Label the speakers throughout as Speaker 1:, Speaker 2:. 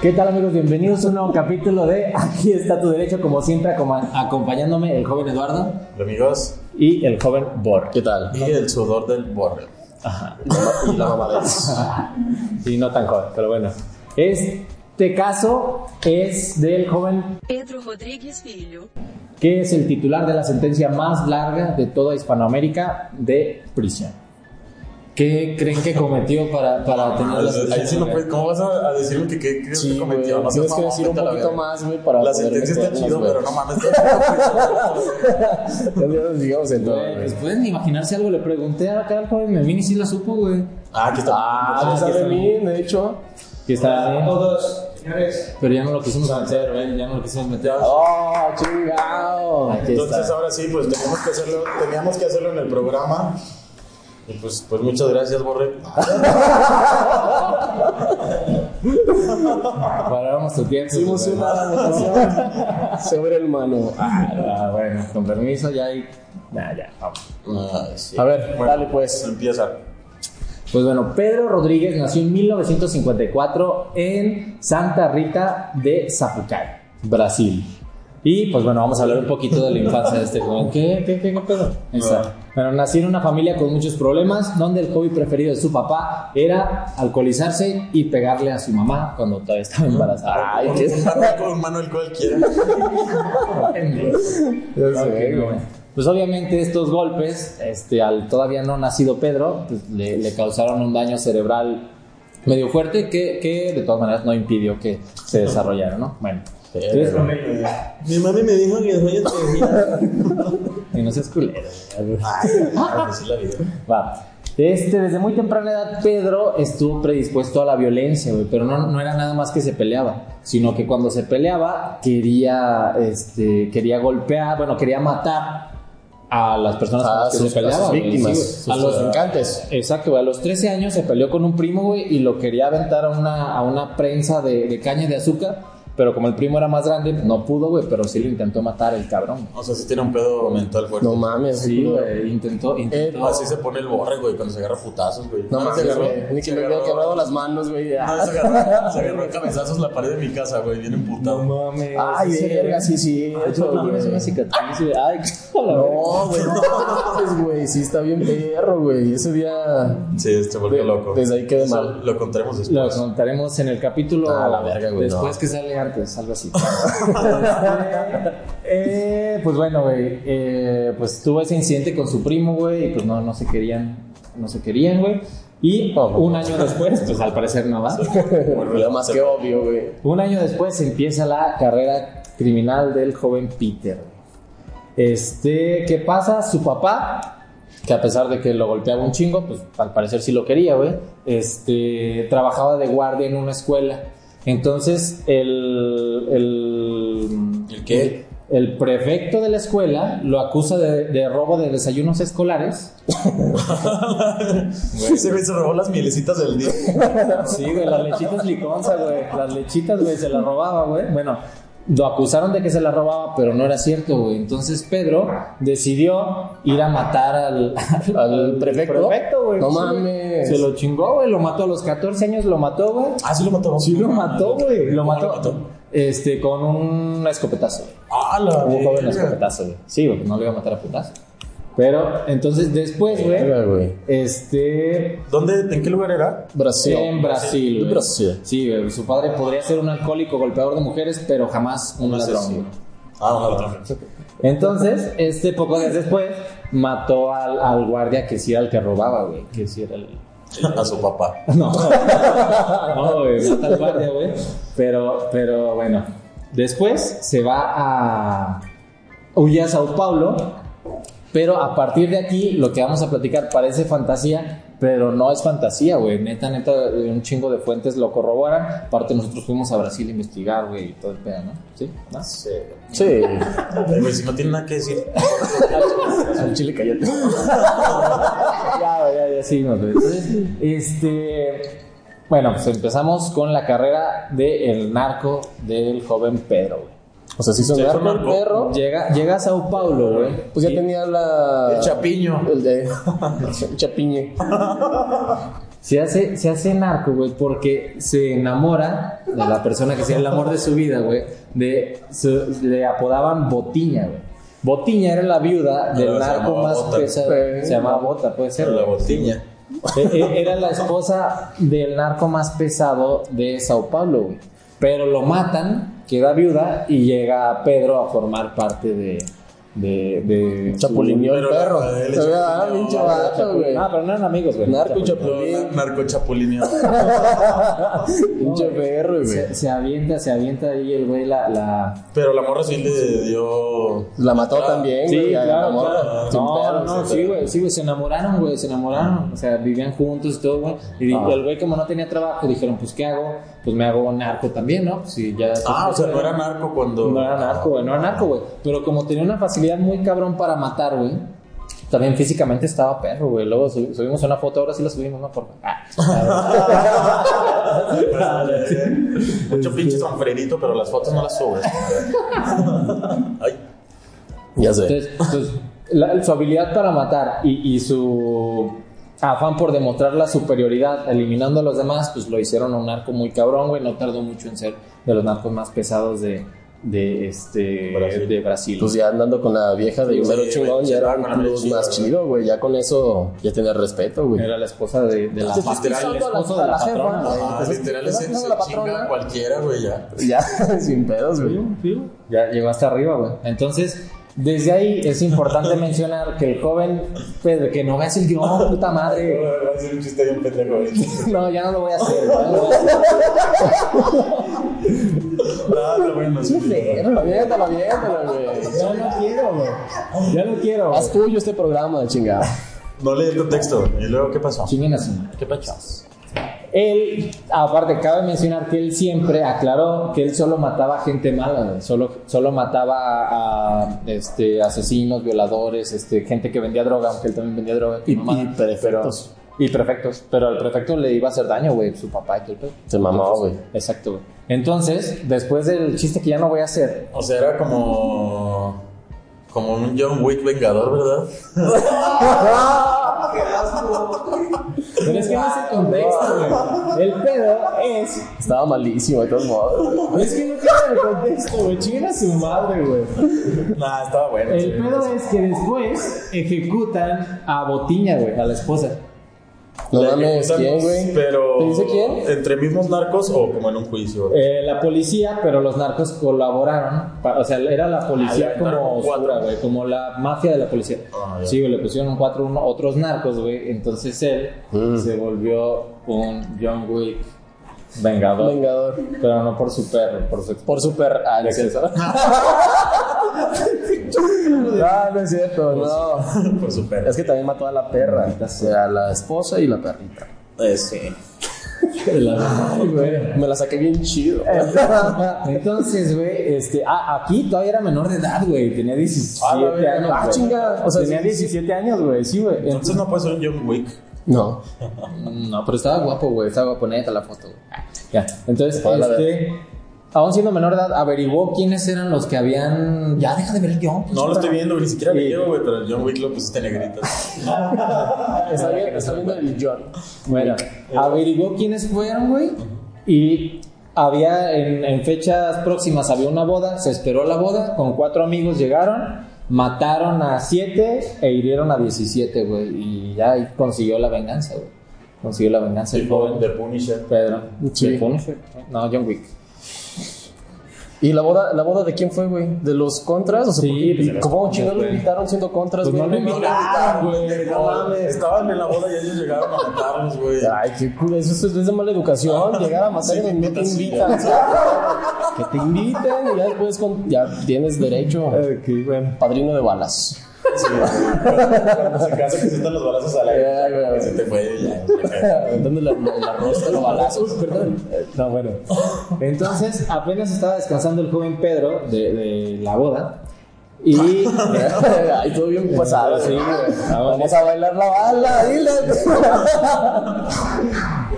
Speaker 1: ¿Qué tal amigos? Bienvenidos a un nuevo capítulo de Aquí está tu derecho, como siempre acoma- acompañándome el joven Eduardo
Speaker 2: Amigos,
Speaker 1: y el joven Bor.
Speaker 3: ¿Qué tal?
Speaker 2: y el sudor del borre.
Speaker 3: Y la mamadez.
Speaker 1: Y no tan joven, pero bueno. Este caso es del joven
Speaker 4: Pedro Rodrigues Filho.
Speaker 1: que es el titular de la sentencia más larga de toda Hispanoamérica de prisión. ¿Qué creen que cometió para, para
Speaker 3: Ah,
Speaker 1: tener la sentencia?
Speaker 2: Ahí sí no
Speaker 1: más
Speaker 2: puedes,
Speaker 1: larga?
Speaker 2: ¿cómo vas a, a decir lo que qué crees
Speaker 3: Sí,
Speaker 2: que
Speaker 3: güey.
Speaker 2: cometió? No
Speaker 3: Tienes
Speaker 2: seas
Speaker 3: que
Speaker 2: mamón,
Speaker 3: decir un
Speaker 2: vete a la
Speaker 3: poquito
Speaker 2: verga.
Speaker 3: más, güey, para
Speaker 2: La
Speaker 3: poder
Speaker 2: sentencia está
Speaker 3: meternos,
Speaker 2: chido,
Speaker 3: güey.
Speaker 2: pero no mames. está chido,
Speaker 3: Ya no nos digamos el
Speaker 1: Güey,
Speaker 3: nombre.
Speaker 1: pues pueden imaginarse algo, le pregunté a acá al joven Memín y sí lo supo, güey.
Speaker 2: Ah, aquí está.
Speaker 3: Ah,
Speaker 1: Ah,
Speaker 3: ya
Speaker 1: que
Speaker 3: sabe
Speaker 1: está
Speaker 3: bien, de hecho.
Speaker 1: Y estaba bien,
Speaker 5: todos, señores.
Speaker 1: pero ya no lo quisimos meter, güey, ya no lo quisimos meter.
Speaker 2: Ya.
Speaker 3: ¡Oh, chingado!
Speaker 1: Aquí
Speaker 2: Entonces
Speaker 1: está.
Speaker 2: ahora sí, pues teníamos que hacerlo, teníamos que hacerlo en el programa. Y pues, pues muchas gracias, Borre.
Speaker 3: Ah,
Speaker 1: ah, Paramos nuestro tiempo.
Speaker 3: Hicimos
Speaker 1: pues,
Speaker 3: una
Speaker 1: bueno.
Speaker 3: votación sobre el mano.
Speaker 1: Ah, bueno, con permiso, ya hay. Nah, ya, vamos.
Speaker 3: A ver, Ah, dale pues.
Speaker 2: Empieza.
Speaker 1: Pues bueno, Pedro Rodríguez nació en 1954 en Santa Rita de Zapucay, Brasil. Y pues bueno, vamos a hablar un poquito de la infancia de este joven. ¿Qué, qué, qué, qué pedo? Ahí está.
Speaker 3: Ah.
Speaker 1: Bueno, nació en una familia con muchos problemas, donde el hobby preferido de su papá era alcoholizarse y pegarle a su mamá cuando todavía estaba embarazada.
Speaker 3: Ay,
Speaker 2: Un-
Speaker 3: qué
Speaker 2: Un Manuel, un Manuel cualquiera.
Speaker 3: Ya
Speaker 1: Claro que
Speaker 3: sé,
Speaker 1: no.
Speaker 3: güey.
Speaker 1: Pues obviamente estos golpes, este, al todavía no nacido Pedro, pues, le, le causaron un daño cerebral medio fuerte que, que de todas maneras no impidió que se desarrollara, ¿no? Bueno. Entonces,
Speaker 5: Mi mami me dijo que soy especial.
Speaker 1: y no seas culero. güey.
Speaker 2: Así Ah, pues, la vida.
Speaker 1: Va. Este, desde muy temprana edad, Pedro estuvo predispuesto a la violencia, güey, pero no, no era nada más que se peleaba, sino que cuando se peleaba quería, este, quería golpear, bueno, quería matar a las personas con
Speaker 3: A
Speaker 1: las que
Speaker 3: Ah, sus,
Speaker 1: se
Speaker 3: a
Speaker 1: peleaba.
Speaker 3: sus
Speaker 1: güey,
Speaker 3: víctimas,
Speaker 1: sí,
Speaker 3: a
Speaker 1: güey.
Speaker 3: los
Speaker 1: a los
Speaker 3: encantes.
Speaker 1: Exacto, güey. a los 13 años se peleó con un primo, güey, y lo quería aventar a una, a una prensa de, de caña de azúcar, pero como el primo era más grande, no pudo, güey, pero sí lo intentó matar el cabrón.
Speaker 2: O sea, sí tiene un pedo mental fuerte.
Speaker 3: No mames,
Speaker 1: Sí,
Speaker 3: culo.
Speaker 1: güey, intentó,
Speaker 3: Eh,
Speaker 1: intentó.
Speaker 2: Así se pone el borre, güey, cuando se agarra putazos, güey. Ah,
Speaker 3: No
Speaker 2: güey.
Speaker 3: mames, güey. Ni que me hubiera
Speaker 2: agarró-
Speaker 3: quebrado las manos, güey. Ah,
Speaker 2: No, se agarró, se agarró a cabezazos la pared de mi casa, güey, bien emputado.
Speaker 1: mames.
Speaker 3: Ay,
Speaker 1: sí,
Speaker 3: verga, sí, sí.
Speaker 1: Tú tienes una cicatriz, güey. Ay,
Speaker 3: No, güey, no mames, güey. Sí, está bien perro, güey. Ese día.
Speaker 2: Sí, este vuelve
Speaker 3: De-
Speaker 2: loco.
Speaker 3: desde ahí quedé
Speaker 2: Eso
Speaker 3: mal.
Speaker 2: Lo contaremos
Speaker 1: Lo
Speaker 2: después.
Speaker 1: contaremos en el capítulo
Speaker 3: Ah, la verga, güey,
Speaker 1: después
Speaker 3: no.
Speaker 1: que sale antes, algo así. Este, Eh, pues bueno, güey, eh, pues tuvo ese incidente con su primo, güey, y pues no, no se querían, no se querían, güey. Y un año después, pues al parecer no va.
Speaker 2: Vuelve
Speaker 3: Era
Speaker 2: a
Speaker 3: más
Speaker 2: ser-
Speaker 3: que obvio, güey.
Speaker 1: Un año después empieza la carrera criminal del joven Peter. Este, ¿qué pasa? Su papá, que a pesar de que lo golpeaba un chingo, pues al parecer sí lo quería, güey, este, trabajaba de guardia en una escuela. Entonces, el... ¿El,
Speaker 2: ¿El qué?
Speaker 1: el prefecto de la escuela lo acusa de, de robo de desayunos escolares.
Speaker 2: Ese güey se robó las mielecitas del día.
Speaker 1: Sí, güey, las lechitas liconza, güey. Las lechitas, güey, se las robaba, güey. Bueno, lo acusaron de que se las robaba, pero no era cierto, güey. Entonces Pedro decidió ir a matar al,
Speaker 3: Al prefecto.
Speaker 1: güey.
Speaker 3: No
Speaker 1: Sí, güey.
Speaker 3: mames.
Speaker 1: Se lo chingó, güey. Lo mató a los 14 años, lo mató, güey.
Speaker 2: Ah, sí lo mató. Ah,
Speaker 1: Sí, lo mató, güey. Lo
Speaker 2: ¿Cómo
Speaker 1: mató. Este, con un escopetazo, güey.
Speaker 2: Ah, la
Speaker 1: Un joven
Speaker 2: verga.
Speaker 1: escopetazo, güey. Sí, güey, no le iba a matar a putazo. Pero, entonces después, güey,
Speaker 3: Verga, güey.
Speaker 1: este,
Speaker 2: ¿Dónde? ¿En qué lugar era?
Speaker 3: Brasil.
Speaker 1: en Brasil, güey.
Speaker 3: Brasil.
Speaker 1: Sí, güey, su padre podría ser un alcohólico golpeador de mujeres, pero jamás un ladrón.
Speaker 2: asesino.
Speaker 1: güey.
Speaker 2: Ah, un ladrón.
Speaker 1: Entonces, este poco días después mató al, al guardia que sí era el que robaba, güey, que sí era el
Speaker 2: A su papá.
Speaker 1: no, no, güey, mata al guardia, güey. Pero, pero bueno, Después se va a huye a Sao Paulo, pero a partir de aquí lo que vamos a platicar parece fantasía, pero no es fantasía, güey. Neta, neta, un chingo de fuentes lo corroboran. Aparte nosotros fuimos a Brasil a investigar, güey, y todo el pedo, ¿no? Sí, ¿No?
Speaker 2: Sí.
Speaker 3: Sí.
Speaker 2: Ay, güey, si no tiene nada que decir.
Speaker 3: Al chile cállate.
Speaker 1: ya, ya, ya, sí, no, pues, entonces, este, bueno, pues empezamos con la carrera del narco del joven Pedro, güey. O sea, si hizo
Speaker 2: Se hizo
Speaker 1: narco el
Speaker 2: narco.
Speaker 1: perro, llega, llega a Sao Paulo, güey.
Speaker 3: Pues ya
Speaker 1: Y-
Speaker 3: tenía la.
Speaker 2: El chapiño.
Speaker 3: El de. el chapiñe.
Speaker 1: Se hace, se hace narco, güey, porque se enamora de la persona que sea el amor de su vida, güey. De, su- le apodaban Botiña, güey. Botiña era la viuda del
Speaker 2: No, se
Speaker 1: narco
Speaker 2: llamaba
Speaker 1: más
Speaker 2: Bota.
Speaker 1: pesado.
Speaker 3: Sí.
Speaker 1: Se llamaba Bota, puede ser.
Speaker 2: Pero la
Speaker 1: güey.
Speaker 2: botiña.
Speaker 1: E- e- Era la esposa del narco más pesado de Sao Paulo, güey. Pero lo matan, queda viuda y llega Pedro a formar parte de. de, de
Speaker 3: Chapulineó el
Speaker 2: Pero
Speaker 3: perro.
Speaker 2: la- la- el
Speaker 3: Se ve, ah,
Speaker 2: chapulineó,
Speaker 3: pinche
Speaker 2: la-
Speaker 3: vato, güey.
Speaker 1: Ah, pero no eran amigos, güey.
Speaker 3: Narco y
Speaker 1: Chapulineó.
Speaker 3: chapulín.
Speaker 2: Narco
Speaker 3: Pinche
Speaker 1: güey.
Speaker 3: perro, güey.
Speaker 1: Se, se avienta, se avienta ahí el güey la. la...
Speaker 2: Pero la morra sí le dio.
Speaker 3: La mató
Speaker 2: Claro.
Speaker 3: también, güey. a la morra. Sin
Speaker 1: No, no,
Speaker 3: pedos,
Speaker 1: no,
Speaker 3: sin
Speaker 1: sí,
Speaker 3: pedos.
Speaker 1: güey, sí, güey, se enamoraron, güey, se enamoraron, o sea, vivían juntos y todo, güey. Y di- el güey, como no tenía trabajo, dijeron, pues, ¿qué hago? Pues me hago narco también, ¿no? Pues, Si ya.
Speaker 2: Ah, o sea, no era narco cuando.
Speaker 1: No era narco, güey, no era narco, güey. Pero como tenía una facilidad muy cabrón para matar, güey. También físicamente estaba perro, güey. Luego subi- subimos una foto, ahora sí la subimos, ¿no? Por... Ah,
Speaker 2: Mucho pinche sombrerito, pero las fotos no las subes. Ay,
Speaker 3: Ya sé.
Speaker 1: Entonces, pues, la- su habilidad para matar y, y su afán por demostrar la superioridad eliminando a los demás, pues lo hicieron a un narco muy cabrón, güey. No tardó mucho en ser de los narcos más pesados de, de, este,
Speaker 2: Brasil.
Speaker 1: de Brasil.
Speaker 3: Pues ya andando con la vieja de
Speaker 2: Sí,
Speaker 3: Homero
Speaker 2: güey,
Speaker 3: Chingón,
Speaker 2: güey,
Speaker 3: ya era
Speaker 2: sí,
Speaker 3: un
Speaker 2: con la
Speaker 3: plus
Speaker 2: chido,
Speaker 3: más
Speaker 2: güey.
Speaker 3: chido, güey. Ya con eso ya tenía respeto, güey.
Speaker 1: Era la esposa de, de la
Speaker 3: Te estás
Speaker 1: patrona.
Speaker 3: pisando
Speaker 1: el
Speaker 3: a la-
Speaker 1: esposo de
Speaker 3: a
Speaker 1: la
Speaker 3: la jefa.
Speaker 1: patrona. güey.
Speaker 2: ah,
Speaker 3: pues,
Speaker 2: literal,
Speaker 3: ¿verdad?
Speaker 2: se,
Speaker 3: No,
Speaker 2: se
Speaker 3: la
Speaker 2: chinga
Speaker 3: patrona.
Speaker 2: a cualquiera, güey, ya.
Speaker 3: Ya, sin pedos, güey.
Speaker 1: Ya llegó hasta arriba, güey. Entonces, desde ahí es importante mencionar que el joven Pedro, que no veas el guión, puta madre. güey.
Speaker 2: Va a ser un chiste bien pendejo ahorita.
Speaker 1: No, ya no lo voy a hacer. güey, ya no lo voy a hacer.
Speaker 2: No, no, Ah, bueno, sí.
Speaker 3: Pero aviéntalo, aviéntalo, güey.
Speaker 1: Ya no quiero, güey. Ya no quiero. güey.
Speaker 3: Haz tuyo este programa, chingada.
Speaker 2: No leí tu texto. ¿Y luego qué pasó?
Speaker 1: Chinguen a su madre.
Speaker 2: ¿Qué pasó?
Speaker 1: Él, aparte, cabe mencionar que él siempre aclaró que él solo mataba gente mala, güey. solo, solo mataba a, a, este, asesinos, violadores, este, gente que vendía droga, aunque él también vendía droga. que
Speaker 3: Y-
Speaker 1: no mames,
Speaker 3: y prefectos.
Speaker 1: pero- y prefectos. Pero al prefecto le iba a hacer daño, güey, su papá y todo el pedo.
Speaker 3: Se mamó, güey.
Speaker 1: Exacto, güey. Entonces, después del chiste que ya no voy a hacer,
Speaker 2: O sea, era como. Como un John Wick vengador, ¿verdad?
Speaker 1: pero es que no es el contexto, güey. El pedo es
Speaker 3: Estaba malísimo, de todos modos.
Speaker 1: Es que no tiene el contexto, güey. Chinguen a su madre, güey.
Speaker 2: Nah, estaba bueno.
Speaker 1: El
Speaker 2: sí.
Speaker 1: pedo es que después ejecutan a Botiña, güey, a la esposa.
Speaker 3: No
Speaker 2: Le
Speaker 3: mames,
Speaker 2: ejecutan,
Speaker 3: ¿quién, güey?
Speaker 2: Pero.
Speaker 1: ¿Te dice quién?
Speaker 2: ¿Entre mismos narcos o como en un juicio?
Speaker 1: Eh, la policía, pero los narcos colaboraron. pa- o sea, era la policía
Speaker 2: Ah, le aventaron
Speaker 1: como
Speaker 2: un cuatro.
Speaker 1: oscura, güey, como la mafia de la policía.
Speaker 2: Ah, ya.
Speaker 1: sí, güey, le pusieron un 4-1 otros narcos, güey. Entonces él
Speaker 3: Mm.
Speaker 1: se volvió un John Wick vengador.
Speaker 3: Vengador.
Speaker 1: Pero no por su perro, por su
Speaker 3: Por super. Ah, no es
Speaker 1: Exceso.
Speaker 3: cierto. Ah, no es cierto, no.
Speaker 2: Por su perro.
Speaker 3: Es que también mató a la perra. O sea, a la esposa y la perrita.
Speaker 2: Eh, sí.
Speaker 3: Me la saqué bien chido.
Speaker 1: Entonces, güey, este, ah, aquí todavía era menor de edad, güey, tenía 17
Speaker 3: Ah, la verga,
Speaker 1: años.
Speaker 3: ah,
Speaker 1: güey.
Speaker 3: chinga, o sea,
Speaker 1: tenía
Speaker 3: sí,
Speaker 1: 17 años, güey, sí, güey.
Speaker 2: Entonces no puede ser un John Wick.
Speaker 3: No.
Speaker 1: No, pero estaba guapo, güey, estaba guapo, neta la foto, güey. Ah, Ya, entonces,
Speaker 3: Ah, la
Speaker 1: este, aún siendo menor de edad, averiguó quiénes eran los que habían. Ya, deja de ver el guión. pues,
Speaker 2: No lo estoy
Speaker 1: para-
Speaker 2: viendo, güey, ni siquiera
Speaker 1: Sí.
Speaker 2: le llevo, güey, pero el John Wick lo pusiste negrito.
Speaker 3: Está bien, está viendo el John.
Speaker 1: Bueno,
Speaker 2: Eh,
Speaker 1: averiguó quiénes fueron, güey. Y había en, en fechas próximas había una boda, se esperó la boda, con cuatro amigos llegaron, mataron a siete e hirieron a 17, güey. Y ya ahí consiguió la venganza, güey. Consiguió la venganza el
Speaker 2: El joven
Speaker 1: joven
Speaker 2: de Punisher.
Speaker 1: Pedro.
Speaker 3: Sí.
Speaker 1: ¿De Punisher? No, John Wick.
Speaker 3: ¿Y la boda, la boda de quién fue, güey? ¿De los contras? O sea,
Speaker 1: Sí,
Speaker 3: porque-
Speaker 1: pues de los
Speaker 3: ¿Cómo
Speaker 1: contras,
Speaker 3: chingados lo
Speaker 1: güey.
Speaker 3: invitaron siendo contras,
Speaker 1: Pues
Speaker 3: güey?
Speaker 1: no lo
Speaker 2: No,
Speaker 1: invitaron, güey.
Speaker 2: no
Speaker 1: no.
Speaker 2: mames, Estaban en la boda y ellos llegaron a matarlos, güey.
Speaker 3: Ay, qué culo, eso es, es de mala educación. Llegar a matar
Speaker 2: Sí,
Speaker 3: y no te
Speaker 2: sí,
Speaker 3: invitan. ¿sabes? que te invitan y ya después con- ya tienes derecho.
Speaker 2: Eh,
Speaker 1: Ok, bueno.
Speaker 3: Padrino de balas.
Speaker 2: Sí, güey. Cuando se casa que sientan los balazos al aire.
Speaker 3: Ya, güey.
Speaker 2: que se te fue ya. ya.
Speaker 3: Aventando la, la, la rosca, los balazos.
Speaker 1: No, bueno. Entonces, apenas estaba descansando el joven Pedro de, de la boda. Y.
Speaker 3: Ay, todo bien pasado, sí, güey. Vamos a bailar la bala, dile.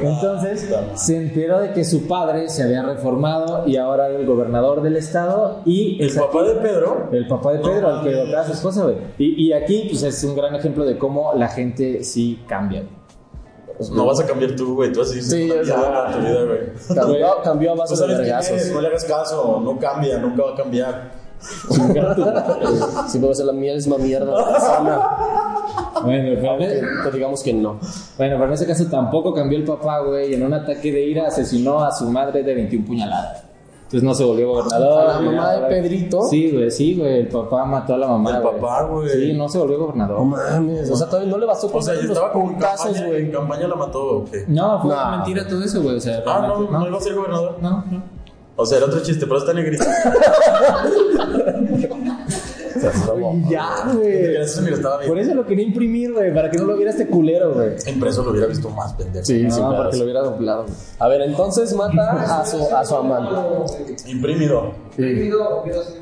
Speaker 1: Entonces se enteró de que su padre se había reformado y ahora era el gobernador del estado y
Speaker 2: El papá de Pedro.
Speaker 1: el papá de Pedro, al que golpeaba a su esposa, güey. Y, y aquí pues es un gran ejemplo de cómo la gente sí cambia.
Speaker 2: No vas a cambiar tú, güey. Tú así.
Speaker 3: Sí, ya sé.
Speaker 2: ya, tu vida, güey.
Speaker 3: Cambió, cambió a
Speaker 2: Tú
Speaker 3: base de
Speaker 2: sabes quién
Speaker 3: vergazos.
Speaker 2: es, no le hagas caso, no cambia, nunca va a cambiar.
Speaker 3: Siempre va a ser la misma mierda. Sana.
Speaker 1: Bueno, pero,
Speaker 3: Te digamos que no.
Speaker 1: bueno, pero en ese caso tampoco cambió el papá, güey. y En un ataque de ira asesinó a su madre de 21 puñaladas. Entonces no se volvió gobernador.
Speaker 3: ¿A la
Speaker 1: ni
Speaker 3: mamá
Speaker 1: nada,
Speaker 3: de
Speaker 1: güey.
Speaker 3: Pedrito?
Speaker 1: Sí, güey, sí, güey. El papá mató a la mamá.
Speaker 2: El papá, güey.
Speaker 1: Sí, no se volvió
Speaker 3: No
Speaker 1: gobernador.
Speaker 3: mames. O sea, todavía no le bastó con
Speaker 2: O sea, yo
Speaker 3: los
Speaker 2: estaba como en
Speaker 3: puntazos,
Speaker 2: campaña, en
Speaker 3: güey.
Speaker 2: campaña la mató, ¿o qué?
Speaker 1: No, fue
Speaker 3: No.
Speaker 1: una mentira todo eso, güey. O sea,
Speaker 2: Ah, no,
Speaker 1: realmente-
Speaker 2: no iba a ser gobernador.
Speaker 1: No, no.
Speaker 2: O sea, era otro chiste, pero está negrito.
Speaker 1: Ya, güey.
Speaker 2: Eso mira, estaba bien.
Speaker 1: Por eso lo quería imprimir, güey, para que no lo viera este culero, güey.
Speaker 2: Impreso lo hubiera visto más pendejo.
Speaker 3: Sí,
Speaker 1: No,
Speaker 3: sí, claro.
Speaker 1: para que Ah, lo hubiera doblado. güey.
Speaker 3: A ver, entonces mata a su, a su amante.
Speaker 2: Imprimido.
Speaker 3: Sí.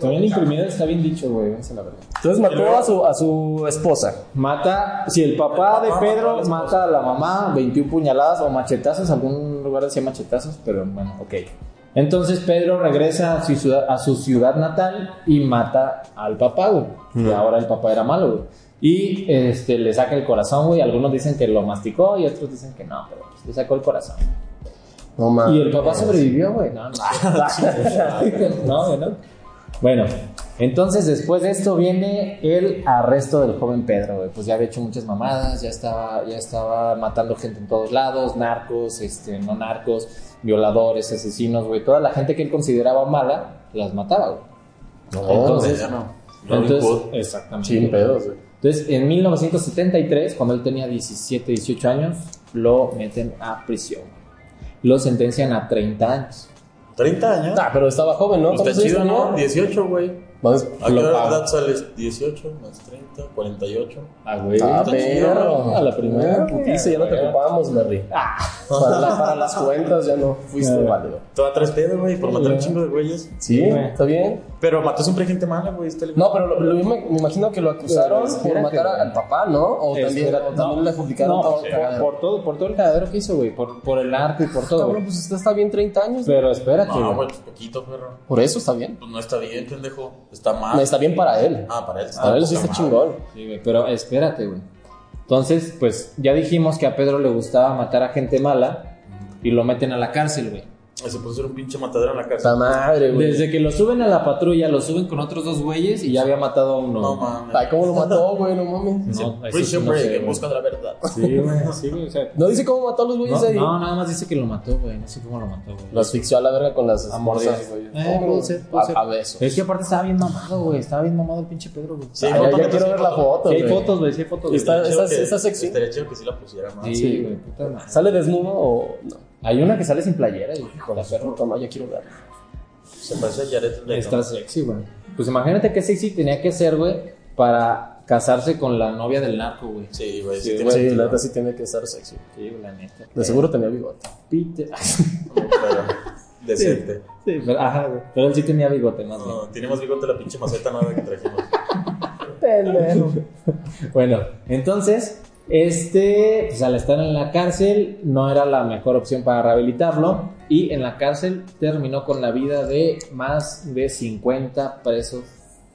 Speaker 1: También imprimido está bien dicho, güey. Esa es la verdad.
Speaker 3: Entonces mató a su, a su esposa.
Speaker 1: Mata, si el papá de
Speaker 2: papá mató a la
Speaker 1: Pedro
Speaker 2: esposa.
Speaker 1: mata a la mamá, 21 puñaladas o machetazos, algún lugar decía machetazos, pero bueno, ok. Entonces Pedro regresa a su ciudad, a su ciudad natal y mata al papá, güey. Y ahora el papá era malo, güey. Y este, le saca el corazón, güey. Algunos dicen que lo masticó y otros dicen que no, pero pues, le sacó el corazón.
Speaker 3: No mames.
Speaker 1: Y el papá sobrevivió, güey. No, no. no, güey, no. Bueno, entonces después de esto viene el arresto del joven Pedro, güey. Pues ya había hecho muchas mamadas, ya estaba, ya estaba matando gente en todos lados, narcos, este, no narcos, violadores, asesinos, güey. Toda la gente que él consideraba mala, las mataba, güey. entonces,
Speaker 2: ya no. Robin
Speaker 1: entonces,
Speaker 2: Hood.
Speaker 1: exactamente.
Speaker 3: Sin pedos, güey.
Speaker 1: Entonces, en 1973, cuando él tenía 17, 18 años, lo meten a prisión. Lo sentencian a 30 años.
Speaker 2: 30 años.
Speaker 3: Ah, pero estaba joven, ¿no?
Speaker 2: Pues está
Speaker 3: ¿Cuántos años
Speaker 2: chido, ¿no?
Speaker 3: tenía?
Speaker 2: 18, güey.
Speaker 3: Vamos,
Speaker 2: ¿A qué
Speaker 3: lo
Speaker 2: hora-
Speaker 3: pago.
Speaker 2: edad sales? 18 más 30, 48.
Speaker 1: Ah, güey.
Speaker 3: Ah,
Speaker 1: chido.
Speaker 3: perro.
Speaker 1: A la primera.
Speaker 3: putiza, ya no te ocupábamos, Larry. Para, la- para las cuentas ya no fuiste
Speaker 1: Ah.
Speaker 3: válido.
Speaker 2: Te va a tres pedos, güey, por matar un chingo de güeyes.
Speaker 3: Sí,
Speaker 1: güey.
Speaker 3: está bien.
Speaker 2: Pero mató siempre gente mala, güey. Este
Speaker 3: No, pero lo, lo- yo me, me imagino que lo acusaron
Speaker 1: Pero
Speaker 3: por
Speaker 1: espérate,
Speaker 3: matar a-
Speaker 1: güey.
Speaker 3: al papá, ¿no? O también, o también le
Speaker 1: Este,
Speaker 3: adjudicaron
Speaker 1: no,
Speaker 3: todo
Speaker 1: por,
Speaker 3: el cagadero.
Speaker 1: por todo, por todo el cagadero que hizo, güey. Por, por el arte y por todo.
Speaker 3: Cabrón,
Speaker 1: güey.
Speaker 3: pues usted está bien 30 años.
Speaker 1: Pero espérate,
Speaker 2: No,
Speaker 1: güey.
Speaker 2: güey, pues poquito, perro.
Speaker 3: Por eso está bien.
Speaker 2: Pues no está bien, pendejo. Está mal.
Speaker 3: No, Está bien para él.
Speaker 2: Ah, para él.
Speaker 3: Para él sí está
Speaker 2: mal.
Speaker 3: chingón.
Speaker 1: Sí, güey, pero espérate, güey. Entonces, pues ya dijimos que a Pedro le gustaba matar a gente mala y lo meten a la cárcel, güey.
Speaker 2: Se puso a ser un pinche matadero en la cárcel.
Speaker 3: Está madre, güey.
Speaker 1: Desde que lo suben a la patrulla, lo suben con otros dos güeyes y ya había matado a uno.
Speaker 2: No
Speaker 1: güey.
Speaker 2: mames.
Speaker 3: Ay, ¿cómo lo mató, güey? No mames.
Speaker 1: No, eso sí
Speaker 2: Prison
Speaker 1: no
Speaker 2: Break,
Speaker 1: sé,
Speaker 2: en
Speaker 1: güey.
Speaker 2: busca de la verdad.
Speaker 1: Sí, güey, sí, güey, o sea,
Speaker 3: No dice cómo mató a los güeyes
Speaker 1: no,
Speaker 3: ahí.
Speaker 1: no, nada más dice que lo mató, güey. No sé cómo lo mató, güey.
Speaker 3: Lo asfixió a la verga con las
Speaker 1: A morder.
Speaker 3: esposas, güey.
Speaker 1: Eh,
Speaker 3: No,
Speaker 1: puede ser, puede
Speaker 3: a-
Speaker 1: ser.
Speaker 3: A besos.
Speaker 1: Es que aparte estaba bien mamado, güey. Estaba bien mamado el pinche Pedro, güey.
Speaker 2: Sí,
Speaker 3: Ah,
Speaker 2: foto
Speaker 3: ya- ya
Speaker 2: que
Speaker 3: quiero
Speaker 2: sí,
Speaker 3: ver la foto,
Speaker 1: Sí, hay
Speaker 3: güey.
Speaker 1: fotos, güey. Sí, hay fotos. güey.
Speaker 3: Está-
Speaker 2: Estaría chido
Speaker 3: esa-
Speaker 2: que-
Speaker 3: esa sección.
Speaker 2: Estaría chido que sí la pusiera más.
Speaker 1: Sí,
Speaker 3: sí,
Speaker 1: güey. Puta madre.
Speaker 3: ¿Sale desnudo o no?
Speaker 1: Hay una que sale sin playera, güey.
Speaker 3: Con la perra, toma, ya quiero ver.
Speaker 2: Se parece a Jared Leto.
Speaker 1: Está sexy, güey. Pues imagínate qué sexy tenía que ser, güey, para casarse con la novia del narco, güey.
Speaker 2: Sí, güey.
Speaker 1: Sí,
Speaker 2: Sí, Eh. tiene
Speaker 3: Sí, la
Speaker 2: sentido.
Speaker 3: neta sí tiene que estar sexy.
Speaker 1: Sí, güey, la neta.
Speaker 3: De seguro tenía bigote.
Speaker 1: Peter.
Speaker 2: Pero Decente.
Speaker 1: Sí, pero, ajá, güey. Pero él sí tenía bigote, más bien.
Speaker 2: No, tiene más bigote la pinche maceta nueva que trajimos.
Speaker 1: Bueno, entonces, este, pues al estar en la cárcel, no era la mejor opción para rehabilitarlo. Y en la cárcel terminó con la vida de más de 50 presos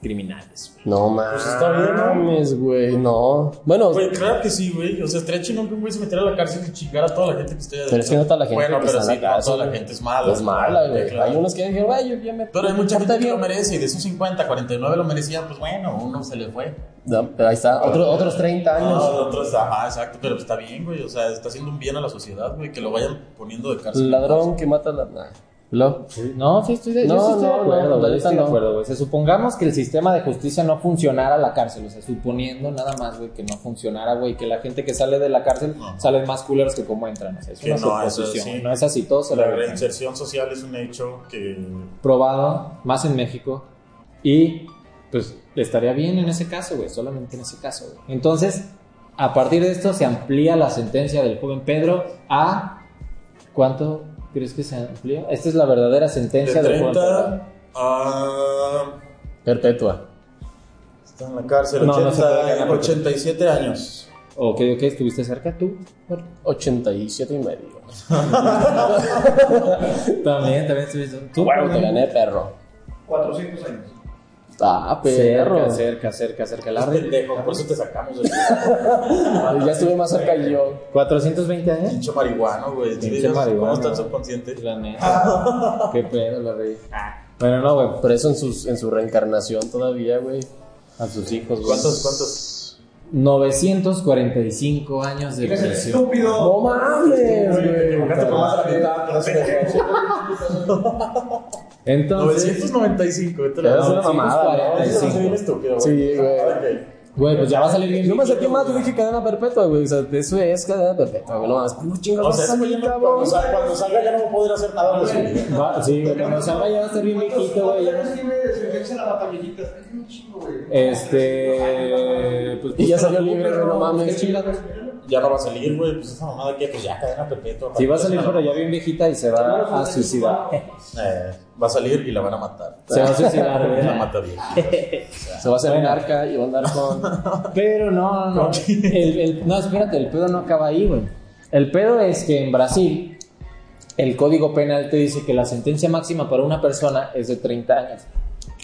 Speaker 1: criminales. güey.
Speaker 3: Pues No mames.
Speaker 2: está bien, ¿no?
Speaker 3: mames, güey. No. Bueno,
Speaker 2: Güey, claro que sí, güey. O sea, estaría chingón que un güey se metiera a la cárcel y chingara a toda la gente que esté adentro.
Speaker 3: pero es que no está la gente
Speaker 2: Bueno,
Speaker 3: que
Speaker 2: pero
Speaker 3: está
Speaker 2: sí,
Speaker 3: en la
Speaker 2: no
Speaker 3: casa.
Speaker 2: toda la gente es mala.
Speaker 3: Es mala, güey.
Speaker 2: claro.
Speaker 3: Hay unos que dijeron, güey, yo ya me.
Speaker 2: Pero hay mucha
Speaker 3: Está
Speaker 2: gente que lo
Speaker 3: bien.
Speaker 2: merece y de esos 50, 49 lo merecían, pues bueno, uno se le fue.
Speaker 3: No, pero ahí está. Otro- otros 30
Speaker 2: No,
Speaker 1: Ah,
Speaker 3: años.
Speaker 2: otros, Ah, ajá, exacto, pero está bien, güey. O sea, está haciendo un bien a la sociedad, güey, que lo vayan poniendo de cárcel.
Speaker 3: Ladrón que mata a la. nah. Lo.
Speaker 1: No, sí estoy de, yo
Speaker 3: No,
Speaker 1: sí estoy de
Speaker 3: no,
Speaker 1: acuerdo,
Speaker 3: no,
Speaker 1: güey.
Speaker 3: la
Speaker 1: yo estoy
Speaker 3: neta
Speaker 1: de
Speaker 3: no.
Speaker 1: acuerdo, güey. O sea, supongamos que el sistema de justicia no funcionara la cárcel, o sea, suponiendo nada más, güey, que no funcionara, güey, que la gente que sale de la cárcel salen más culeros que como entran. O sea, es
Speaker 2: Que
Speaker 1: una
Speaker 2: no, eso
Speaker 1: suposición,
Speaker 2: sí.
Speaker 1: güey, no es así, todo se
Speaker 2: La
Speaker 1: lo
Speaker 2: reinserción social es un hecho que
Speaker 1: probado, más en México, y pues estaría bien en ese caso, güey, solamente en ese caso, güey. Entonces, a partir de esto se amplía la sentencia del joven Pedro a... ¿Cuánto crees que se amplía? Esta es la verdadera sentencia
Speaker 2: De
Speaker 1: del joven Pedro.
Speaker 2: 30 a.
Speaker 3: Perpetua.
Speaker 2: Está en la cárcel.
Speaker 1: No, no se puede
Speaker 2: 80,
Speaker 1: ganar porque-
Speaker 2: 87 años.
Speaker 1: Ok, ok, estuviste cerca tú. Jorge?
Speaker 3: 87 y medio.
Speaker 1: También, también estuviste tú.
Speaker 3: Bueno, te gané, perro.
Speaker 5: 400 años.
Speaker 3: Ah, perro.
Speaker 1: cerca, cerca, cerca, cerca. La re-
Speaker 2: Pendejo, por eso te sacamos del
Speaker 3: Ya estuve más cerca que yo.
Speaker 1: 420 años.
Speaker 2: pinche marihuano, güey.
Speaker 1: Pinche
Speaker 2: Dices, ¿Cómo
Speaker 1: marihuano.
Speaker 2: está el subconsciente?
Speaker 1: La neta. Qué pedo la Ah. rey. Bueno, no, güey.
Speaker 3: Pero eso en, sus, en su reencarnación todavía, güey.
Speaker 1: A sus hijos, güey.
Speaker 2: ¿Cuántos, cuántos?
Speaker 1: 945 años de
Speaker 5: Eres
Speaker 1: prisión.
Speaker 5: estúpido.
Speaker 3: No mames,
Speaker 5: Oye, te
Speaker 3: güey.
Speaker 5: equivocaste por más de la mitad.
Speaker 1: Entonces,
Speaker 2: 995. Esto la
Speaker 3: Pero es una
Speaker 2: verdad,
Speaker 3: mamada, ¿no?
Speaker 2: 45. Eso soy bien
Speaker 1: 945.
Speaker 2: estúpido, güey.
Speaker 3: Sí, güey.
Speaker 2: Ah, ok.
Speaker 1: Güey, pues ya va a salir bien.
Speaker 3: Yo me acerqué más, yo dije cadena perpetua, güey. O sea, eso es cadena perpetua, güey. No mames, ¿cómo chingados
Speaker 2: O
Speaker 3: vas a
Speaker 2: sea, ese güey
Speaker 3: salir,
Speaker 2: ya no- cuando,
Speaker 3: cabrón?
Speaker 2: salga, cuando salga ya no va a poder hacer nada, güey.
Speaker 1: Va- sí, güey, cuando salga ya va a ser bien viejito, güey. ya
Speaker 5: ¿Cuántos
Speaker 1: no-
Speaker 5: tiene de sentencia la batallita? Está bien chingo, güey.
Speaker 1: Este. Pues,
Speaker 3: Y ya salió libre, güey, no
Speaker 1: Qué
Speaker 3: mames.
Speaker 1: chingados.
Speaker 2: Ya no va a salir, güey. Pues esa mamada que, pues ya cadena perpetua.
Speaker 1: Sí, va a salir, pero ya bien viejita y se va a suicidar.
Speaker 2: Eh, va a salir y la van a matar.
Speaker 1: Se va a suicidar, güey.
Speaker 2: La mata bien.
Speaker 3: Se va a hacer
Speaker 1: Bueno.
Speaker 3: narca y va a andar con.
Speaker 1: Pero no, no, no. El- el- no, espérate, el pedo no acaba ahí, güey. El pedo es que en Brasil el código penal te dice que la sentencia máxima para una persona es de 30 años.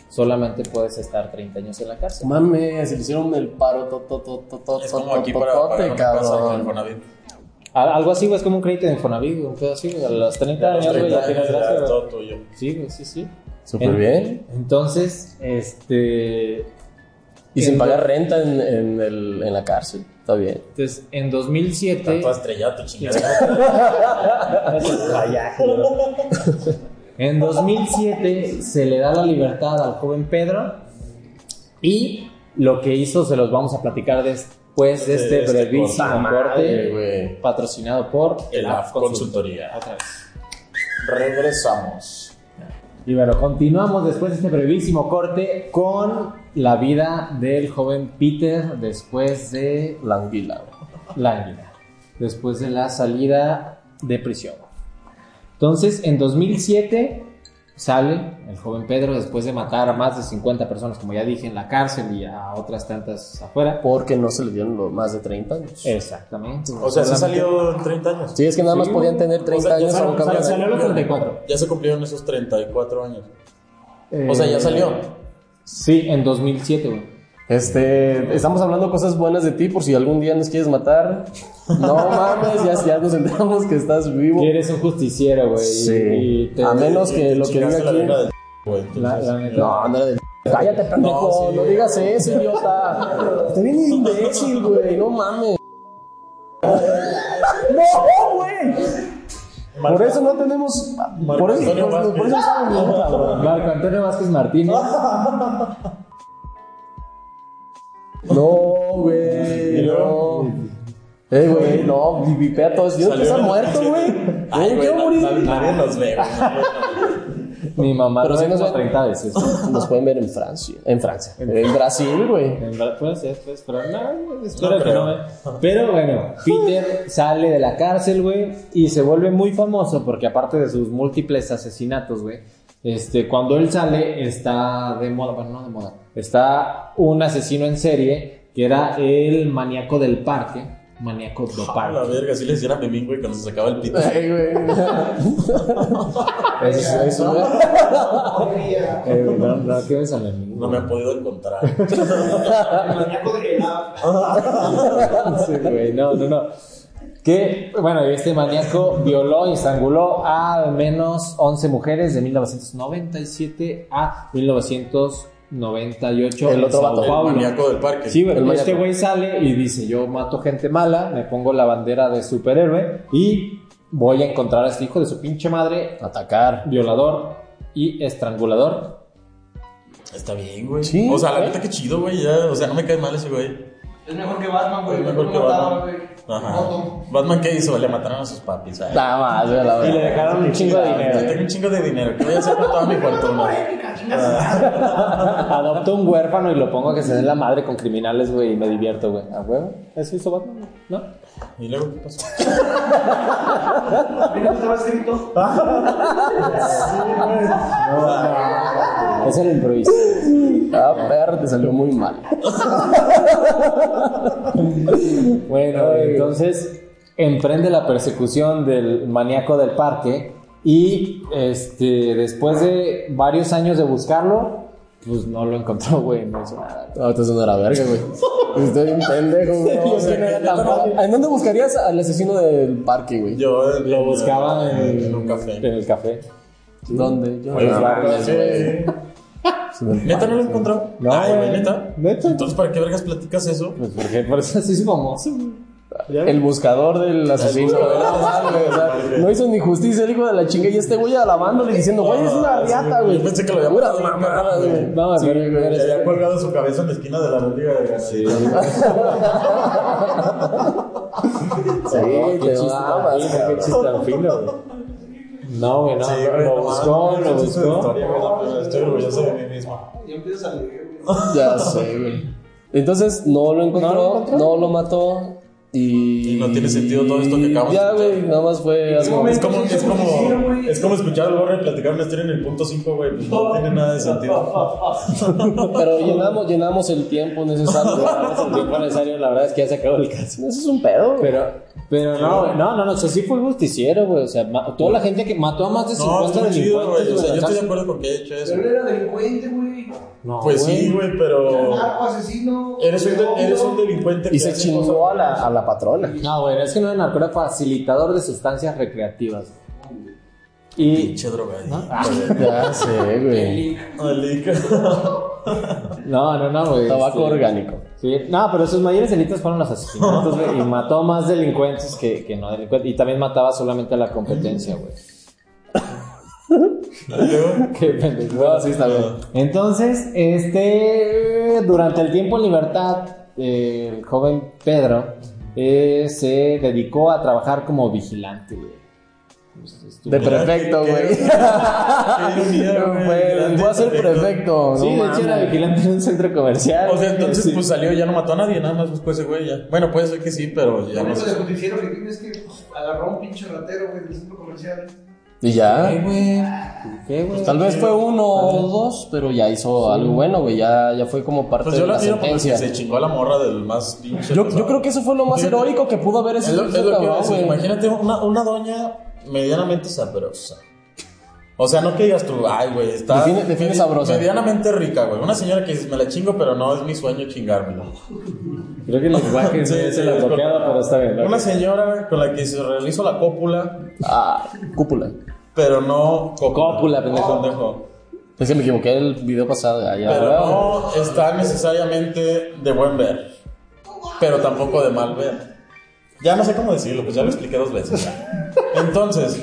Speaker 1: Solamente puedes estar 30 años en la cárcel.
Speaker 3: Mames, se le hicieron el paro
Speaker 2: Es como aquí para, para una casa en
Speaker 3: cabrón.
Speaker 2: Infonavit.
Speaker 1: Al- Algo así, güey, es como un crédito de Infonavit, güey, un pedo así, güey. A los 30
Speaker 2: Los
Speaker 1: años, güey,
Speaker 2: 30
Speaker 1: ya tienes
Speaker 2: años, ya
Speaker 1: gracia,
Speaker 2: es
Speaker 1: güey.
Speaker 2: todo tuyo.
Speaker 1: Sí, güey, sí, sí.
Speaker 3: Súper
Speaker 1: En-
Speaker 3: bien.
Speaker 1: Entonces, este...
Speaker 3: Y
Speaker 1: en
Speaker 3: sin
Speaker 1: do-
Speaker 3: pagar renta en, en, el, en la cárcel. Está bien.
Speaker 1: Entonces, en 2007...
Speaker 2: Está todo estrellado, tu chingada.
Speaker 1: En 2007 se le da la libertad al joven Pedro y lo que hizo se los vamos a platicar después de
Speaker 2: De
Speaker 1: este
Speaker 2: este
Speaker 1: brevísimo
Speaker 2: corta
Speaker 1: corte
Speaker 3: güey.
Speaker 1: patrocinado por
Speaker 2: El
Speaker 1: App
Speaker 2: App Consultoría.
Speaker 1: Otra vez.
Speaker 2: Regresamos.
Speaker 1: Y bueno, continuamos después de este brevísimo corte con la vida del joven Peter después de
Speaker 3: La anguila, güey.
Speaker 1: Lánguida, después de la salida de prisión. Entonces, en 2007 sale el joven Pedro después de matar a más de 50 personas, como ya dije, en la cárcel y a otras tantas afuera.
Speaker 3: Porque no se le dieron los más de 30 años.
Speaker 1: Exactamente.
Speaker 2: O sea, se
Speaker 1: Solamente-
Speaker 2: salió en 30 años.
Speaker 3: Sí, es que nada más
Speaker 1: Sí.
Speaker 3: podían tener 30
Speaker 2: O sea, ya
Speaker 3: años a un
Speaker 2: salió-
Speaker 3: cabrón.
Speaker 1: Salió a los 34.
Speaker 2: Ya se cumplieron esos 34 años. O sea, ya
Speaker 1: Eh,
Speaker 2: salió.
Speaker 1: Sí, en 2007, güey.
Speaker 3: Este, estamos hablando cosas buenas de ti por si algún día nos quieres matar. No mames, ya, ya nos enteramos que estás vivo.
Speaker 1: Y eres un justiciero, güey. y- y te-
Speaker 3: A menos que
Speaker 2: Te
Speaker 3: lo que
Speaker 2: Eh,
Speaker 3: diga
Speaker 2: chingaste la
Speaker 3: aquí.
Speaker 2: vida del güey,
Speaker 1: la-
Speaker 2: entonces.
Speaker 1: la neta.
Speaker 3: No, no era del. Cállate, pendejo. No,
Speaker 2: No, sí.
Speaker 3: digas eso, idiota. Te vienes imbécil, güey. No mames. No, güey. Por eso no tenemos. Por eso,
Speaker 2: Antonio
Speaker 3: por, por eso estamos bien, cabrón.
Speaker 1: Marco Antonio Vázquez Martínez.
Speaker 3: No, güey. No. Eh, güey, no, vi- vipea todo eso. Yo no
Speaker 2: Salió
Speaker 3: está
Speaker 2: la-
Speaker 3: muerto, güey. Yo no
Speaker 2: Güey,
Speaker 3: quiero
Speaker 2: na- na-
Speaker 3: morir.
Speaker 2: Nadie nos ve, güey.
Speaker 1: Mi mamá
Speaker 3: Pero
Speaker 1: lo
Speaker 3: sí
Speaker 1: ve
Speaker 3: nos
Speaker 1: como
Speaker 3: ven.
Speaker 1: 30 veces.
Speaker 3: Nos pueden ver en Francia. En Francia. En Brasil, güey.
Speaker 1: En verdad, puede ser, pues, pero no, espero
Speaker 2: No
Speaker 1: que
Speaker 2: creo.
Speaker 1: no. eh. Pero bueno, Peter sale de la cárcel, güey, y se vuelve muy famoso porque aparte de sus múltiples asesinatos, güey, este, cuando él sale está de moda, bueno, no de moda, está un asesino en serie que era el maníaco del parque, maníaco del
Speaker 2: A la
Speaker 1: parque.
Speaker 2: verga, así le hicieron a Memín, güey, cuando se sacaba el pito.
Speaker 3: Ay, güey.
Speaker 1: Eso, eso, güey. Eh, güey, no, no, ¿qué ves a la
Speaker 2: No me han podido encontrar.
Speaker 5: El maníaco de la-
Speaker 1: Sí, güey, no, no, no. Que, bueno, este maníaco violó y estranguló a al menos 11 mujeres de 1997 a 1998.
Speaker 3: El
Speaker 1: en
Speaker 3: otro
Speaker 1: Sao
Speaker 3: vato, el
Speaker 1: Paulo.
Speaker 2: El maníaco del parque.
Speaker 1: Sí, güey,
Speaker 3: el
Speaker 1: este
Speaker 3: maníaco.
Speaker 1: güey sale y dice, yo mato gente mala, me pongo la bandera de superhéroe y voy a encontrar a este hijo de su pinche madre,
Speaker 3: Atacar.
Speaker 1: violador y estrangulador.
Speaker 2: Está bien, güey.
Speaker 3: Sí,
Speaker 2: o sea, la
Speaker 3: güey.
Speaker 2: neta, qué chido, güey. Ya, o sea, no me cae mal ese güey.
Speaker 5: Es mejor que Batman, güey.
Speaker 2: Es mejor que
Speaker 5: lo mataron,
Speaker 2: Batman.
Speaker 5: güey.
Speaker 2: Ajá.
Speaker 5: Moto.
Speaker 2: Batman, ¿qué hizo? Le mataron a sus papis. ay.
Speaker 3: Nada más, güey,
Speaker 1: Y le
Speaker 3: la verdad.
Speaker 1: dejaron un chingo de
Speaker 2: Yo
Speaker 1: dinero.
Speaker 2: tengo un chingo de dinero. ¿Qué voy a hacer con toda mi fortuna?
Speaker 1: Adopto un huérfano y lo pongo a que se den la madre con criminales, güey, y me divierto, güey.
Speaker 3: ¿A huevo?
Speaker 1: Eso hizo Batman, güey, ¿no?
Speaker 2: ¿Y luego qué pasó?
Speaker 5: Mira, estaba escrito.
Speaker 1: Es el improviso.
Speaker 3: Ah, perro, te salió muy mal.
Speaker 1: Bueno, entonces emprende la persecución del maníaco del parque y este, después de varios años de buscarlo, pues no lo encontró, güey, no hizo nada.
Speaker 3: No, Ah, te suena la verga, güey. Estoy bien pendejo, güey.
Speaker 1: Yo sí no era tan fácil.
Speaker 3: ¿En dónde buscarías al asesino del parque, güey?
Speaker 2: Yo
Speaker 1: Lo buscaba en,
Speaker 2: en un café.
Speaker 1: En el café.
Speaker 3: ¿Dónde? Yo.
Speaker 1: Pues,
Speaker 3: no
Speaker 1: va,
Speaker 3: mames, Ah, güey.
Speaker 2: ¿Neta no lo encontró?
Speaker 1: No,
Speaker 2: Ay, güey,
Speaker 1: güey.
Speaker 2: ¿neta?
Speaker 1: Neta.
Speaker 2: Entonces, ¿para qué vergas platicas eso?
Speaker 1: Pues porque por eso se hizo famoso. güey.
Speaker 3: El buscador del asesino.
Speaker 2: buscador del
Speaker 3: No mames, o sea, No hizo ni justicia el hijo de la chinga y este güey alabándole y diciendo, güey, es una
Speaker 2: Ah, sí,
Speaker 3: riata,
Speaker 2: güey.
Speaker 3: güey.
Speaker 2: Yo pensé que lo había
Speaker 3: Pura
Speaker 2: matado,
Speaker 3: mamada,
Speaker 2: güey.
Speaker 3: güey.
Speaker 1: No, pero- pero
Speaker 2: Le
Speaker 1: es-
Speaker 2: había colgado su cabeza en la esquina de la mendiga de Sí.
Speaker 3: Sí,
Speaker 1: No, qué
Speaker 3: te
Speaker 1: chiste tan
Speaker 3: mamas,
Speaker 1: fino,
Speaker 3: cabrón.
Speaker 1: qué chiste tan fino, güey. No, güey, no,
Speaker 2: Sí,
Speaker 1: no,
Speaker 2: güey,
Speaker 1: lo
Speaker 2: no
Speaker 1: buscó,
Speaker 2: mames,
Speaker 1: lo
Speaker 2: esa es una
Speaker 1: buscó.
Speaker 2: historia, güey, la- Estoy orgulloso de mí mismo.
Speaker 5: Ya empiezas a leer, güey.
Speaker 3: Ya sé, güey. Entonces no lo encontró, no
Speaker 1: ¿No
Speaker 3: lo,
Speaker 1: lo encontró?
Speaker 3: mató y...
Speaker 2: Y no tiene sentido todo esto que acabamos de
Speaker 3: Ya,
Speaker 2: escuchar.
Speaker 3: güey, nada más fue... así como-
Speaker 2: Es como, es
Speaker 5: Sí,
Speaker 2: como,
Speaker 5: güey.
Speaker 2: es como escuchar al gorro y platicar una historia en el punto 5, güey. Pues no tiene nada de sentido.
Speaker 3: Pero llenamos, llenamos el tiempo necesario.
Speaker 1: Es el tiempo necesario, la verdad es que ya se acabó el caso.
Speaker 3: Eso es un pedo, güey.
Speaker 1: Pero, pero no, no, no, no, o sea, sí fue justiciero, güey. O sea, ma- toda la gente que mató a más de
Speaker 2: No,
Speaker 1: 50
Speaker 2: está chido, güey.
Speaker 1: delincuentes,
Speaker 2: O sea, yo
Speaker 1: güey.
Speaker 2: estoy de acuerdo con que haya hecho eso.
Speaker 5: Pero él era delincuente, güey.
Speaker 1: No,
Speaker 2: Pues sí, güey, pero.
Speaker 5: Narco, asesino.
Speaker 2: Eres un, de- eres un delincuente
Speaker 3: Y se
Speaker 2: hace
Speaker 3: chingó
Speaker 2: cosas-
Speaker 3: a la, a la patrona.
Speaker 1: No, güey, es que no era narco, era facilitador de sustancias recreativas. Y,
Speaker 2: Pinche drogadicto.
Speaker 3: Ya sé, güey.
Speaker 2: Malica.
Speaker 1: no, no, no, güey.
Speaker 3: Tabaco
Speaker 1: este,
Speaker 3: orgánico.
Speaker 1: Sí, no, pero sus mayores delitos fueron los asesinatos, güey. Y mató más delincuentes que, que no delincuentes. Y también mataba solamente a la competencia, güey.
Speaker 2: Y luego,
Speaker 1: Qué pendejo.
Speaker 3: No, sí está bien.
Speaker 1: Entonces, este, durante el tiempo en libertad, eh, el joven Pedro eh, se dedicó a trabajar como vigilante. güey. Pues, estuvo-
Speaker 3: De
Speaker 2: Mira,
Speaker 3: prefecto,
Speaker 2: qué-
Speaker 3: güey.
Speaker 2: qué- qué ironía, güey.
Speaker 3: Güey, Voy a ser prefecto.
Speaker 1: sí,
Speaker 3: no
Speaker 1: de hecho era
Speaker 3: mames.
Speaker 1: vigilante en un centro comercial.
Speaker 2: O sea, entonces
Speaker 1: Sí.
Speaker 2: pues salió, ya no mató a nadie, nada más buscó ese güey ya. Bueno, puede ser que sí, pero ya
Speaker 5: Lo
Speaker 2: no
Speaker 5: único
Speaker 2: sé.
Speaker 5: de justiciero que tiene es que pues, agarró a un pinche ratero, güey, del centro comercial.
Speaker 3: Y
Speaker 1: Ay,
Speaker 3: ya. Pues
Speaker 1: güey. ¿Qué, güey?
Speaker 3: Tal vez fue uno o dos, pero ya hizo algo bueno, güey. Ya, ya fue como parte
Speaker 2: Pues
Speaker 3: de
Speaker 2: yo
Speaker 3: la
Speaker 2: la tiro porque
Speaker 3: sentencia.
Speaker 2: se chingó a la morra del más pinche.
Speaker 3: Yo,
Speaker 2: pesado.
Speaker 3: yo creo que eso fue lo más
Speaker 2: Fíjate.
Speaker 3: heroico que pudo haber
Speaker 2: Es
Speaker 3: ese
Speaker 2: lo, es lo
Speaker 3: ese
Speaker 2: que iba a
Speaker 3: cabrón,
Speaker 2: decir,
Speaker 3: güey.
Speaker 2: Imagínate una, una doña medianamente sabrosa. O sea, no que digas tú, ay, güey, está.
Speaker 3: Define- define sabrosa.
Speaker 2: Medianamente rica, güey. Una señora que dices, me la chingo, pero no es mi sueño chingármela.
Speaker 1: Creo que el lenguaje
Speaker 2: Sí,
Speaker 1: es
Speaker 2: sí,
Speaker 1: el apropiado,
Speaker 2: disculpa.
Speaker 1: pero está bien. ¿no?
Speaker 2: Una señora con la que se realizó la cópula,
Speaker 3: Ah, cúpula.
Speaker 2: pero no.
Speaker 1: Cópula, pendejo.
Speaker 2: pendejo.
Speaker 3: Es que me equivoqué del video pasado. Ya, ya.
Speaker 2: Pero no está necesariamente de buen ver, pero tampoco de mal ver. Ya no sé cómo decirlo, pues ya lo expliqué dos veces. Entonces,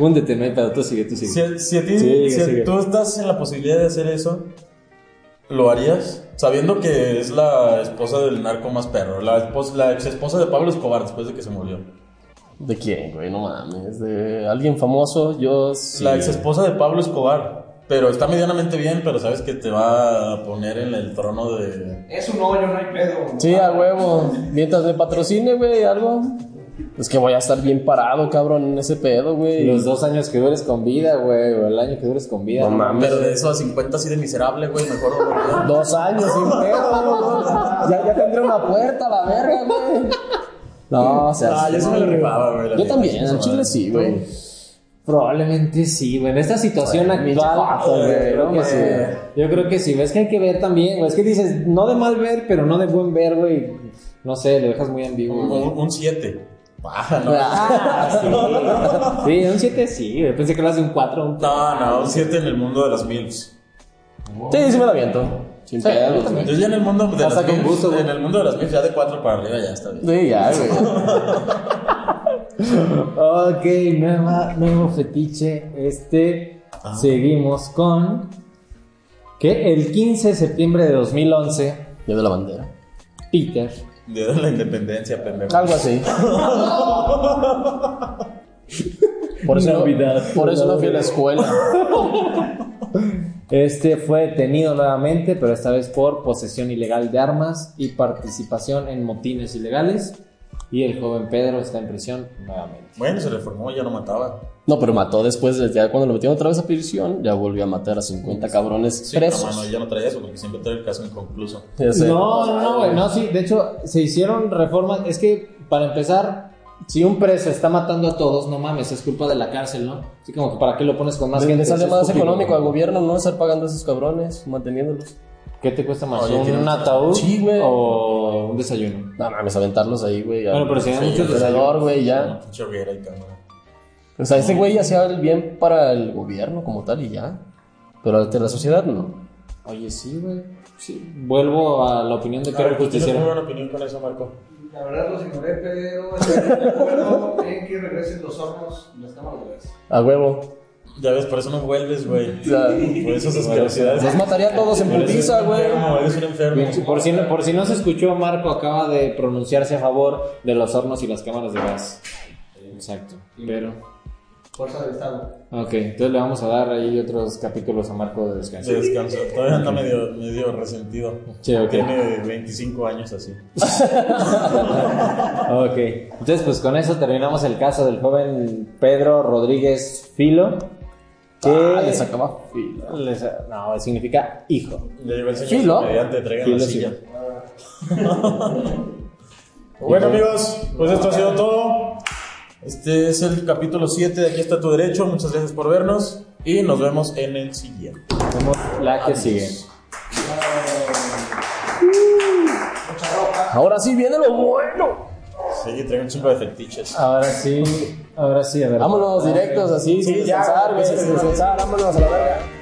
Speaker 1: Húndete, no hay pedo, tú sigue, tú sigue.
Speaker 2: si, si a ti-
Speaker 1: Sigue,
Speaker 2: si
Speaker 1: sigue.
Speaker 2: tú estás en la posibilidad de hacer eso, ¿lo harías? Sabiendo que es la esposa del narco más perro, la, esposa, la ex esposa de Pablo Escobar después de que se murió.
Speaker 3: ¿De quién, güey? No mames. ¿De alguien famoso? Yo sí.
Speaker 2: La ex esposa de Pablo Escobar, pero está medianamente bien, pero sabes que te va a poner en el trono de...
Speaker 5: Es un hoyo, no hay pedo.
Speaker 3: Sí, a huevo. Mientras me patrocine, güey, algo. Es que voy a estar bien parado, cabrón, en ese pedo, güey.
Speaker 1: Los dos años que dures con vida, güey, o el año que dures con vida.
Speaker 3: No
Speaker 1: ¿no?
Speaker 3: mames.
Speaker 2: Pero de eso a 50 así de miserable, güey, mejor no lo haría.
Speaker 3: Dos años sin pedo, güey. Ya, ya tendré una puerta, a la verga, güey. No, o sea.
Speaker 2: Ah,
Speaker 3: sí,
Speaker 2: yo sí me lo rifaba, güey. la
Speaker 3: Yo
Speaker 2: neta,
Speaker 3: también,
Speaker 2: sí,
Speaker 3: en Chile
Speaker 2: madre.
Speaker 3: sí, güey.
Speaker 1: Probablemente sí, güey. En esta situación actual,
Speaker 3: chapazo,
Speaker 1: yo
Speaker 3: güey,
Speaker 1: creo
Speaker 3: no
Speaker 1: que
Speaker 3: mames.
Speaker 1: sí. güey. Yo creo que sí. Es que hay que ver también, güey. Es que dices, no de mal ver, pero no de buen ver, güey. No sé, lo dejas muy ambiguo, güey.
Speaker 2: Un 7. Ah, no.
Speaker 1: Ah, sí. Sí, un 7 sí, güey. Pensé que lo hace un 4.
Speaker 2: No, no, un 7 en el mundo de las MILFs.
Speaker 3: Sí, sí me la aviento. Sin
Speaker 1: Sí, yo
Speaker 3: pedo.
Speaker 1: también.
Speaker 2: Yo ya en el mundo de
Speaker 1: Hasta
Speaker 2: las
Speaker 1: con
Speaker 2: MILFs,
Speaker 1: gusto, güey.
Speaker 2: en el mundo de las MILFs ya de 4 para arriba ya está bien.
Speaker 3: Sí, ya, güey.
Speaker 1: Ok, nueva, nuevo fetiche. Este,
Speaker 3: Ah.
Speaker 1: seguimos con que el 15 de septiembre de 2011,
Speaker 3: Yo de la bandera.
Speaker 1: Peter
Speaker 2: Día de la independencia, pendejo.
Speaker 3: Algo así. Por eso,
Speaker 1: Navidad.
Speaker 3: no, por eso no fui a la escuela.
Speaker 1: este fue detenido nuevamente, pero esta vez por posesión ilegal de armas y participación en motines ilegales. Y el joven Pedro está en prisión nuevamente.
Speaker 2: Bueno, se reformó, ya no mataba.
Speaker 3: No, pero mató después, ya cuando lo metieron otra vez a prisión, ya volvió a matar a 50 cabrones
Speaker 2: Sí, no, mano,
Speaker 3: presos.
Speaker 2: ya no traía eso porque siempre trae el caso inconcluso.
Speaker 3: Ya sé.
Speaker 1: No, no, no, güey, no, sí, de hecho, se hicieron reformas. Es que, para empezar, si un preso está matando a todos, no mames, es culpa de la cárcel, ¿no? Así como que, ¿para qué lo pones con más
Speaker 3: Le-
Speaker 1: gente?
Speaker 3: le sale
Speaker 1: Es
Speaker 3: más
Speaker 1: estúpido.
Speaker 3: económico al gobierno no estar pagando a esos cabrones, manteniéndolos.
Speaker 1: ¿Qué te cuesta más?
Speaker 2: Oye, tiene
Speaker 1: ¿Un
Speaker 2: un-
Speaker 1: ataúd
Speaker 3: Sí, güey.
Speaker 1: o un desayuno?
Speaker 3: No mames, aventarlos ahí, güey. al-
Speaker 1: Bueno, pero si hay
Speaker 3: sí,
Speaker 1: muchos
Speaker 3: al alrededor, güey, ya.
Speaker 2: Pinche hoguera y cámara.
Speaker 3: O sea, ese güey hacía el bien para el gobierno como tal y ya. Pero ante la sociedad no.
Speaker 1: Oye, sí, güey. pues, Sí. Vuelvo a la opinión de que era el
Speaker 2: ¿tú tienes muy
Speaker 1: justiciero.
Speaker 2: buena opinión con eso, Marco?
Speaker 5: La verdad los ignoré, pero estoy de acuerdo en que regresen los hornos y las cámaras de gas.
Speaker 3: A huevo.
Speaker 2: Ya ves, por eso no vuelves, güey.
Speaker 3: O sea,
Speaker 2: Por esas asquerosidades.
Speaker 3: los mataría a todos en
Speaker 2: Eres
Speaker 3: putiza,
Speaker 2: un
Speaker 3: güey.
Speaker 2: enfermo, Eres un enfermo.
Speaker 1: Por si, no, por si no se escuchó, Marco acaba de pronunciarse a favor de los hornos y las cámaras de gas. Exacto. Pero.
Speaker 5: Fuerza del Estado.
Speaker 1: Ok, entonces le vamos a dar ahí otros capítulos a Marco de descanso.
Speaker 2: De descanso. Todavía anda medio, medio resentido.
Speaker 1: Sí, ok.
Speaker 2: Tiene 25 años así.
Speaker 1: Ok, entonces pues con eso terminamos el caso del joven Pedro Rodríguez Filo. Que
Speaker 3: Ah, le sacaba filo.
Speaker 1: les- no, significa hijo.
Speaker 2: Ya llegó el señor
Speaker 3: Filo.
Speaker 2: comediante, traigan
Speaker 1: Filo,
Speaker 2: la
Speaker 1: sí.
Speaker 2: silla. bueno, amigos, pues esto ha sido todo. Este es el capítulo 7 de Aquí está tu derecho. Muchas gracias por vernos y nos vemos en el siguiente.
Speaker 1: Vemos la que sigue.
Speaker 3: Ahora sí viene lo bueno.
Speaker 2: Sí, traigo un chingo de fetiches.
Speaker 1: Ahora sí, ahora sí, a ver.
Speaker 3: Vámonos directos así, sin
Speaker 2: ya,
Speaker 3: descansar, güey,
Speaker 2: sí, sí,
Speaker 3: sin
Speaker 2: sí.
Speaker 3: descansar, vámonos a la verga.